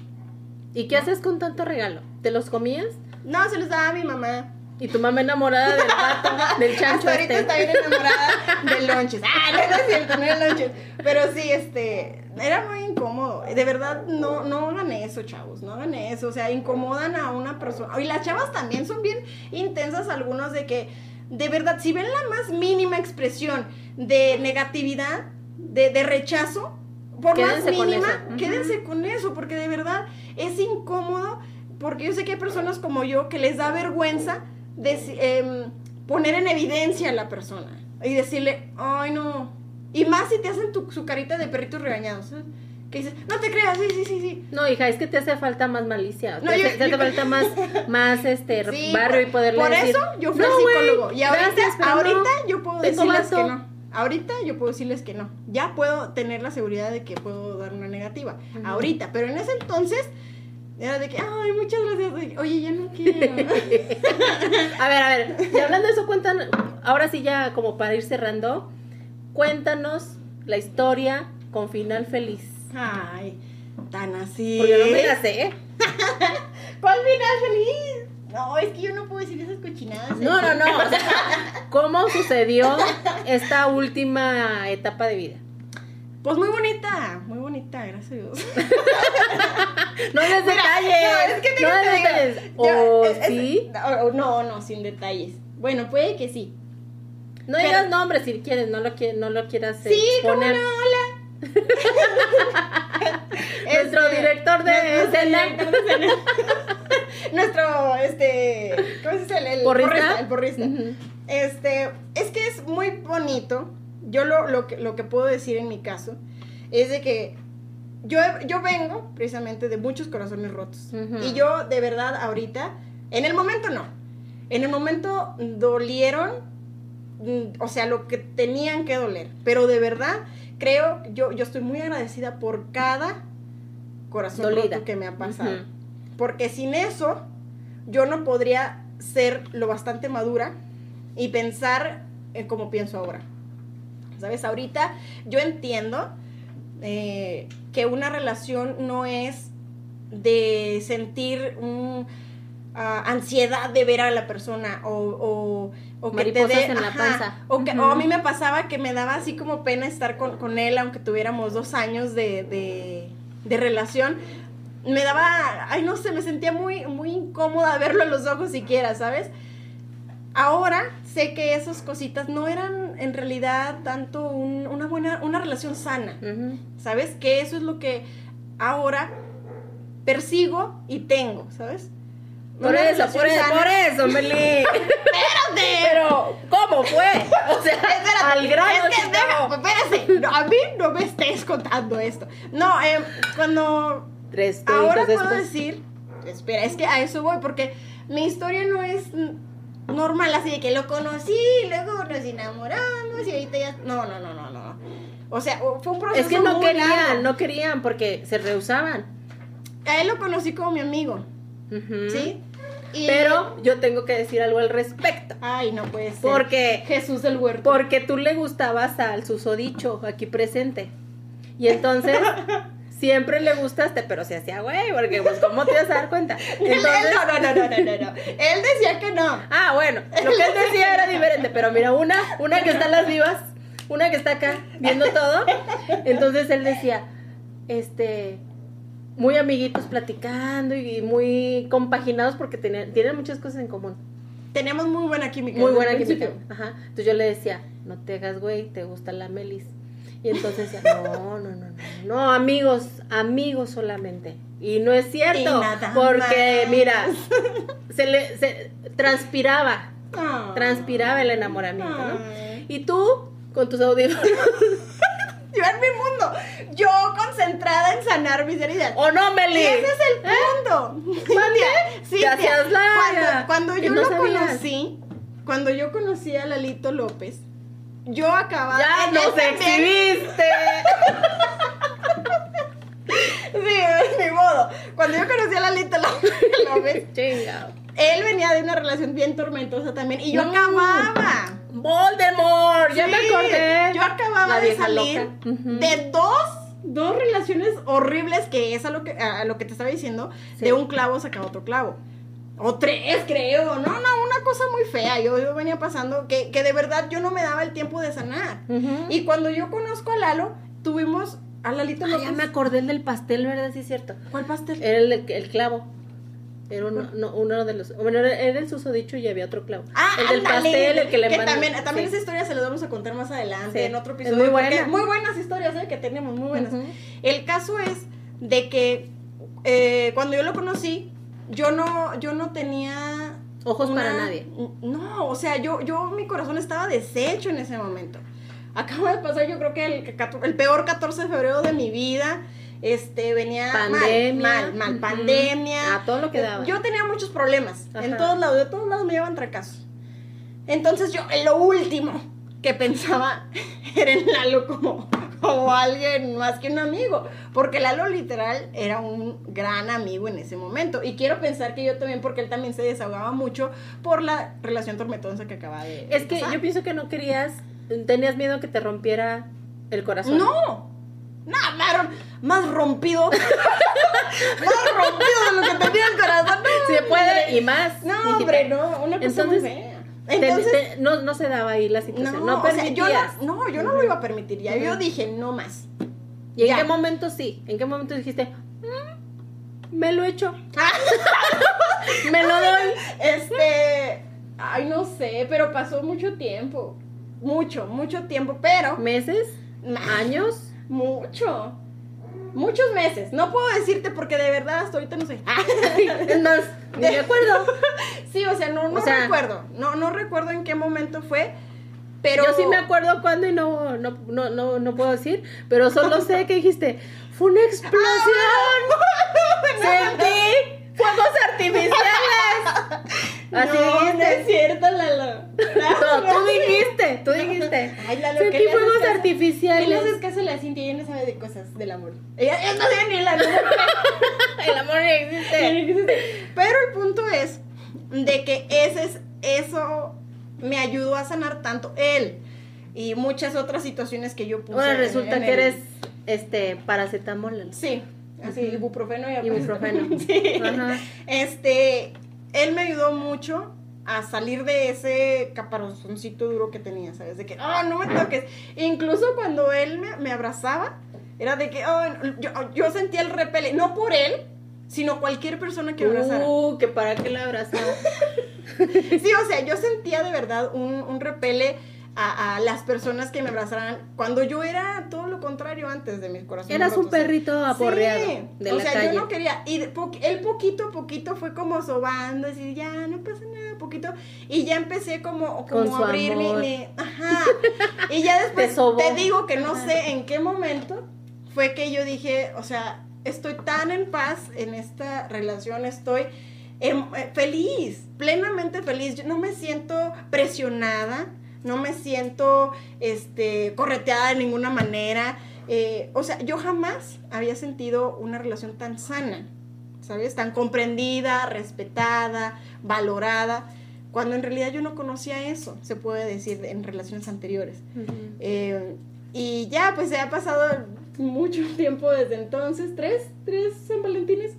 ¿Y qué haces con tanto regalo? ¿Te los comías? No, se los daba a mi mamá. Y tu mamá enamorada del gato, del chancho Hasta ahorita este. está bien enamorada de lonches. Ah, no, no es cierto, no era lonches. Pero sí, este, era muy incómodo. De verdad, no, no hagan eso, chavos, no hagan eso. O sea, incomodan a una persona. Y las chavas también son bien intensas algunos de que, de verdad, si ven la más mínima expresión de negatividad, de, de rechazo, por Quédense más con mínima, eso. Ujú. quédense con eso, porque de verdad es incómodo, porque yo sé que hay personas como yo que les da vergüenza deci- em, poner en evidencia a la persona y decirle, ay no, y más si te hacen tu- su carita de perritos regañados, ¿sabes? que dices, no te creas, sí, sí, sí, sí. No, hija, es que te hace falta más malicia. No, te, yo- hace- te hace yo- falta más, más este Sí, barrio y por- poderle Por decir, eso yo fui al "No, güey, psicólogo. Y ahorita, gracias, pero ahorita no". yo puedo Tengo decirles que vato. no. Ahorita yo puedo decirles que no. Ya puedo tener la seguridad de que puedo dar una negativa. Ujú. Ahorita. Pero en ese entonces era de que, ay, muchas gracias. de- Oye, ya no quiero. A ver, a ver, y hablando de eso, cuentan, ahora sí ya como para ir cerrando, cuéntanos la historia con final feliz. ay, tan así. Porque yo no me la sé. ¿Cuál final feliz? No, es que yo no puedo decir esas cochinadas. ¿eh? No, no, no. o sea, ¿Cómo sucedió esta última etapa de vida? Pues muy bonita, muy bonita, gracias a Dios. No des Mira, detalles. No, es que te, no te des digo, detalles. yo- ¿O es- es- sí? o- o no, no, sin detalles. Bueno, puede que sí. No pero- digas nombres si quieres, no lo, qui- no lo quieras eh, Sí, cómo exponer. no, hola. Este, Nuestro director de nuestro escena. director de escena. nuestro, este, ¿cómo se dice? El, el ¿Porrista? El porrista. Ujú. Este, es que es muy bonito. Yo lo, lo, que, lo que puedo decir en mi caso es de que yo, yo vengo precisamente de muchos corazones rotos. Ujú. Y yo de verdad ahorita, en el momento no. En el momento dolieron, mm, o sea, lo que tenían que doler. Pero de verdad creo, yo, yo estoy muy agradecida por cada corazón Dolida. roto que me ha pasado. Ujú. Porque sin eso, yo no podría ser lo bastante madura y pensar eh, como pienso ahora. ¿Sabes? Ahorita yo entiendo eh, que una relación no es de sentir un, ah, ansiedad de ver a la persona o, o, o que te Mariposas dé- en la ajá, panza. O, que- Ujú. o a mí me pasaba que me daba así como pena estar con, con él, aunque tuviéramos dos años de, de- de relación. Me daba, ay no sé, me sentía muy, muy incómoda verlo a los ojos siquiera, ¿sabes? Ahora sé que esas cositas no eran en realidad tanto un- una buena, una relación sana. Ujú. ¿sabes? Que eso es lo que ahora persigo y tengo, ¿sabes? Por Una eso, por relación eso, sana. por eso, Meli. ¡Espérate! Pero, ¿cómo fue? O sea, Espérate, al grano, es que, chica. deja, espérate, no, a mí no me estés contando esto. No, eh, cuando Tres, tres, ahora tres, puedo tres. decir, espera, es que a eso voy, porque mi historia no es mm, normal, así de que lo conocí, luego nos enamoramos y ahorita ya... No, no, no, no, no. O sea, fue un proceso Es que no muy querían, largo. no querían porque se rehusaban. A él lo conocí como mi amigo, Ujú. ¿sí? Y- Pero yo tengo que decir algo al respecto. Ay, no puede ser. Porque, Jesús del huerto. porque tú le gustabas al susodicho aquí presente. Y entonces siempre le gustaste, pero se hacía güey, porque pues ¿cómo te vas a dar cuenta? Él- él- Entonces, no, no, no, no, no, no, no. Él decía que no. Ah, bueno, lo que él decía era diferente, pero mira, una, una que está en las vivas, una que está acá viendo todo. Entonces él decía, este, muy amiguitos platicando y muy compaginados porque tenían, tienen muchas cosas en común. Tenemos muy buena química. Muy desde buena el química. principio. Ajá. Entonces yo le decía, no te hagas güey, te gusta la Melis. Y entonces decía, no, no, no, no, no, amigos, amigos solamente. Y no es cierto, Y nada porque más. mira, se le se transpiraba, Ah. transpiraba el enamoramiento, ¿no? Ay. Y tú con tus audífonos, Yo en mi mundo. Yo concentrada en sanar mis heridas. o ¡Oh, no, Meli. Y ese es ¿Eh? el punto. Cintia, Cintia, hacías larga, Cuando, cuando que yo no lo sabías. conocí, cuando yo conocí a Lalito López, yo acababa. Ya él nos también- exhibiste. Sí, ni modo. Cuando yo conocí a Lalito López, Chingado. él venía de una relación bien tormentosa también y yo No. acababa. Voldemort, ya me Sí, acordé. Yo acababa La de vieja salir loca. Ujú. de dos dos relaciones horribles que es a lo que a lo que te estaba diciendo, Sí. de un clavo saca otro clavo. O tres, creo. No, no, una cosa muy fea. Yo, yo venía pasando que, que de verdad yo no me daba el tiempo de sanar. Ujú. Y cuando yo conozco a Lalo, tuvimos a Lalito Ah, ya López. me acordé el del pastel, ¿verdad? Sí, es cierto. ¿Cuál pastel? Era el, el clavo. Era uno, no, uno de los. Bueno, era, era el susodicho y había otro clavo. Ah, el del ándale, pastel, el que le mandó. también, también Sí. esa historia se la vamos a contar más adelante Sí. en otro Es episodio. muy porque buena. Muy buenas historias, ¿eh? Que tenemos, muy buenas. Ujú. El caso es de que eh, cuando yo lo conocí, yo no, yo no tenía. Ojos una- Pues para nadie. No, o sea, yo, yo, mi corazón estaba deshecho en ese momento. Acaba de pasar, yo creo que el, cator- el peor 14 de febrero de mi vida. Este, venía mal, Pandemia. mal, mal, Ujú. pandemia. A todo lo que daba. Yo tenía muchos problemas. Ajá. En todos lados, de todos lados me llevan fracaso. Entonces yo, en lo último que pensaba era en Lalo como, como alguien más que un amigo. Porque Lalo literal era un gran amigo en ese momento. Y quiero pensar que yo también, porque él también se desahogaba mucho por la relación tormentosa que acaba de... Es que pasar. yo pienso que no querías. Tenías miedo que te rompiera el corazón. No. No, más, más rompido. más rompido de lo que tenía el corazón. No, Se puede y más. No, mijita. hombre, no, una cosa Entonces, muy fea. Te- Entonces, te- no, no se daba ahí la situación. No, o sea, permitías. yo no, no, yo no lo iba a permitir ya. Yo Ujú. dije, no más. ¿Y en ya. qué momento sí? ¿En qué momento dijiste, "Mm, me lo echo? Ah. Me lo doy. Este, ay, no sé, pero pasó mucho tiempo. Mucho, mucho tiempo, pero ¿Meses? nah, ¿Años? mucho. Muchos meses. No puedo decirte porque de verdad hasta ahorita no sé. Es más, ni me acuerdo. sí, o sea, no, no O sea- recuerdo. No, no recuerdo en qué momento fue. Pero Yo sí me acuerdo cuándo y no, no, no, no, no puedo decir, pero solo sé que dijiste, fue una explosión. ¡Ah! Sentí fuegos artificiales. Así no, no es Ah, dijiste. cierto, Lalo. No, tú dijiste, tú dijiste. Ay, Lalo, ¿qué Sentí le haces fuegos caso? ¿Qué le artificiales. haces caso a la Cintia? Ella no sabe de cosas del amor. Ella, ella no sabe ni el amor. El amor no existe. Pero el punto es de que ese es, eso me ayudó a sanar tanto él y muchas otras situaciones que yo puse. Bueno, en- resulta Pues, en que el- eres este, paracetamol. Sí, así, ibuprofeno y Ibuprofeno. Sí. Ajá. Este, él me ayudó mucho a salir de ese caparazoncito duro que tenía, ¿sabes? De que, ah, no me toques. Incluso cuando él me, me abrazaba, era de que, "Ah, no", yo, yo sentía el repele, no por él, sino cualquier persona que abrazara. Uh, que para qué la abrazó. Sí, o sea, yo sentía de verdad un, un repele a, a las personas que me abrazaran cuando yo era todo lo contrario antes de mi corazón. Eras roto, un sí. perrito aporreado Sí, de o la sea, calle. yo no quería. Y de po- él poquito a poquito fue como sobando, así, ya, no pasa nada, poquito. Y ya empecé como, Con como su abrir mi, amor. mi- Ajá. Y ya Te después sobó. te digo que no Ajá. sé en qué momento fue que yo dije, o sea, estoy tan en paz en esta relación, estoy em- eh, feliz, plenamente feliz. Yo no me siento presionada, no me siento este, correteada de ninguna manera. Eh, o sea, yo jamás había sentido una relación tan sana, ¿sabes? Tan comprendida, respetada, valorada, cuando en realidad yo no conocía eso, se puede decir, en relaciones anteriores. Ujú. Eh, y ya, pues se ha pasado mucho tiempo desde entonces, tres, tres San Valentines.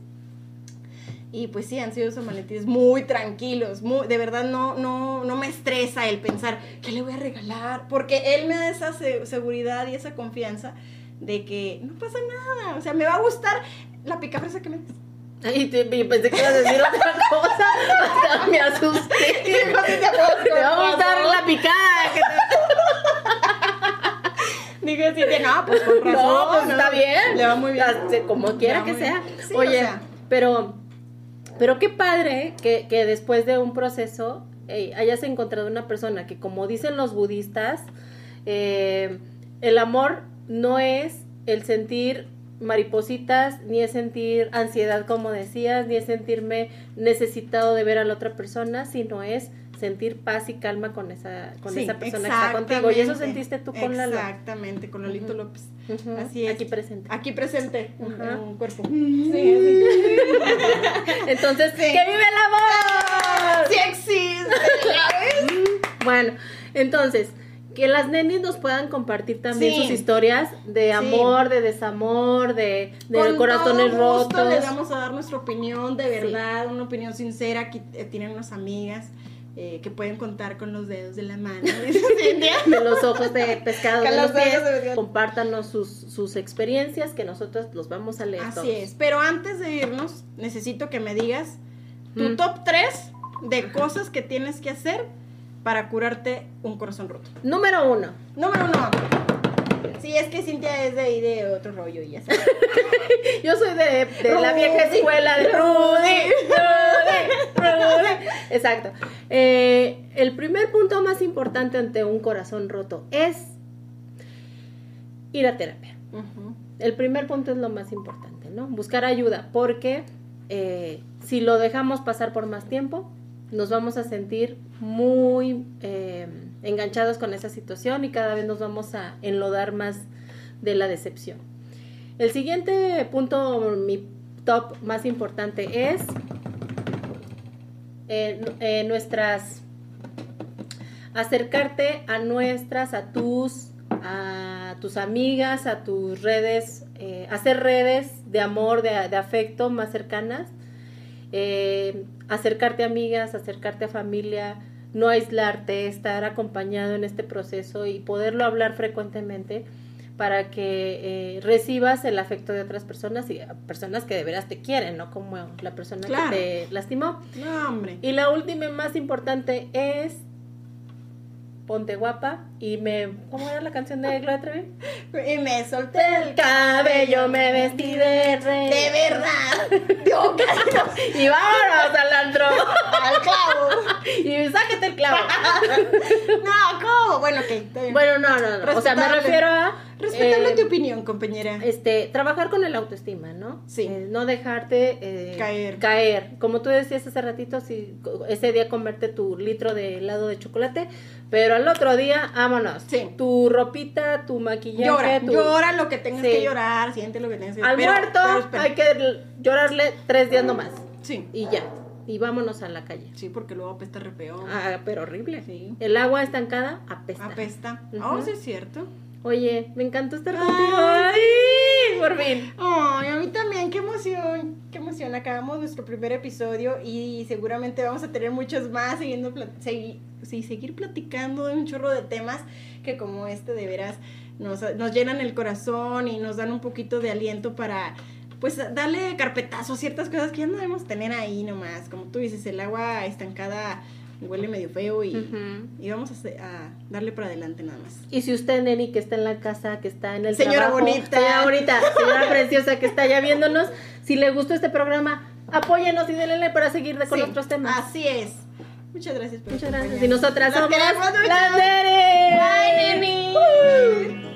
Y pues sí, han sido San Valentines muy tranquilos, muy, de verdad no, no, no me estresa el pensar, ¿qué le voy a regalar? Porque él me da esa se- seguridad y esa confianza de que no pasa nada, o sea, me va a gustar la picafresa que me des. Ay, te- y pensé que ibas a decir otra cosa. Hasta me asusté. Te va a gustar la picada. que te- Dije así de, no, pues con razón. No, pues está bien. Le va muy bien. Hasta- Como Va quiera que muy sea. bien. Sí, Oye, o sea. pero, pero qué padre que, que después de un proceso eh, hayas encontrado una persona que, como dicen los budistas, eh, el amor no es el sentir maripositas, ni es sentir ansiedad, como decías, ni es sentirme necesitado de ver a la otra persona, sino es sentir paz y calma con esa, con Sí, esa persona que está contigo. Y eso sentiste tú con la Lalo. Exactamente, con Lolito Ujú. López. Ujú, Así es. Aquí presente. Aquí presente, en- Ajá. en un cuerpo. Mm, Entonces, Sí. ¡que vive el amor! ¡Sí existe! Bueno, entonces, que las nenis nos puedan compartir también Sí. sus historias de amor, de desamor, de, de Con corazones todo gusto rotos. Les vamos a dar nuestra opinión, de verdad, una opinión sincera. Aquí eh, tienen unas amigas eh, que pueden contar con los dedos de la mano. dice Cintia. de los ojos de pescado Con de los los pies. ojos de pescado. compártanos sus, sus experiencias que nosotros los vamos a leer Así todos. es. Pero antes de irnos, necesito que me digas tu Mm. top 3 de cosas que tienes que hacer para curarte un corazón roto. Número uno. Número uno. Sí, es que Cintia es de ahí de otro rollo y ya sabes. Yo soy de, de la Rudy, vieja escuela de Rudy, Rudy, Rudy. Exacto. Eh, el primer punto más importante ante un corazón roto es ir a terapia. El primer punto es lo más importante, ¿no? Buscar ayuda, porque eh, si lo dejamos pasar por más tiempo, nos vamos a sentir muy eh, enganchados con esa situación y cada vez nos vamos a enlodar más de la decepción. El siguiente punto, mi top más importante es eh, nu- eh, nuestras acercarte a nuestras, a tus, a tus amigas, a tus redes, eh, hacer redes de amor, de, de afecto más cercanas, eh, acercarte a amigas, acercarte a familia, no aislarte, estar acompañado en este proceso y poderlo hablar frecuentemente para que eh, recibas el afecto de otras personas y personas que de veras te quieren, no como la persona Claro. que te lastimó. No, hombre. Y la última y más importante es Ponte guapa y me ¿Cómo era la canción de Gloria Trevi? Y me solté Del el cabello me vestí de rey. De verdad. Yo casi no- Y vámonos al antro. al clavo. Y sáquete el clavo. No, ¿cómo? Bueno, ok, está bien. Bueno, no, no, no. O sea, me Respetable. refiero a Respetable eh, tu opinión, compañera. este, trabajar con el autoestima, ¿no? Sí. Eh, no dejarte eh, Caer. Como tú decías hace ratito, si co- ese día comerte tu litro de helado de chocolate, pero al otro día, vámonos. Sí. Tu ropita, tu maquillaje, Llora, tu- llora lo que tengas Sí. que llorar, siente lo que tengas que Al pero- muerto pero espera. hay que l- llorarle tres días nomás Sí, y ya. Y vámonos a la calle. sí, porque luego apesta re peor. Ah, pero horrible. Sí. El agua estancada apesta. Apesta. Ujú. Oh, sí es cierto. Oye, me encantó estar Ay, contigo. Ay, fin. Ay, a mí también, qué emoción, qué emoción. Acabamos nuestro primer episodio y seguramente vamos a tener muchos más siguiendo plat- segui- sí, seguir platicando de un chorro de temas que como este de veras nos, nos llenan el corazón y nos dan un poquito de aliento para pues darle carpetazo a ciertas cosas que ya no debemos tener ahí nomás. Como tú dices, el agua estancada huele medio feo y, Ujú. y vamos a, hacer- a darle para adelante nada más. Y si usted, Neni, que está en la casa, que está en el Señora trabajo, bonita. señora bonita, señora preciosa que está ya viéndonos, si le gustó este programa, apóyenos y denle like para seguir con Sí, Ah, otros temas. Así es. Muchas gracias por Muchas gracias. Y acompañarnos. nosotras Las somos queremos mucho. las Neres. Bye, Neni.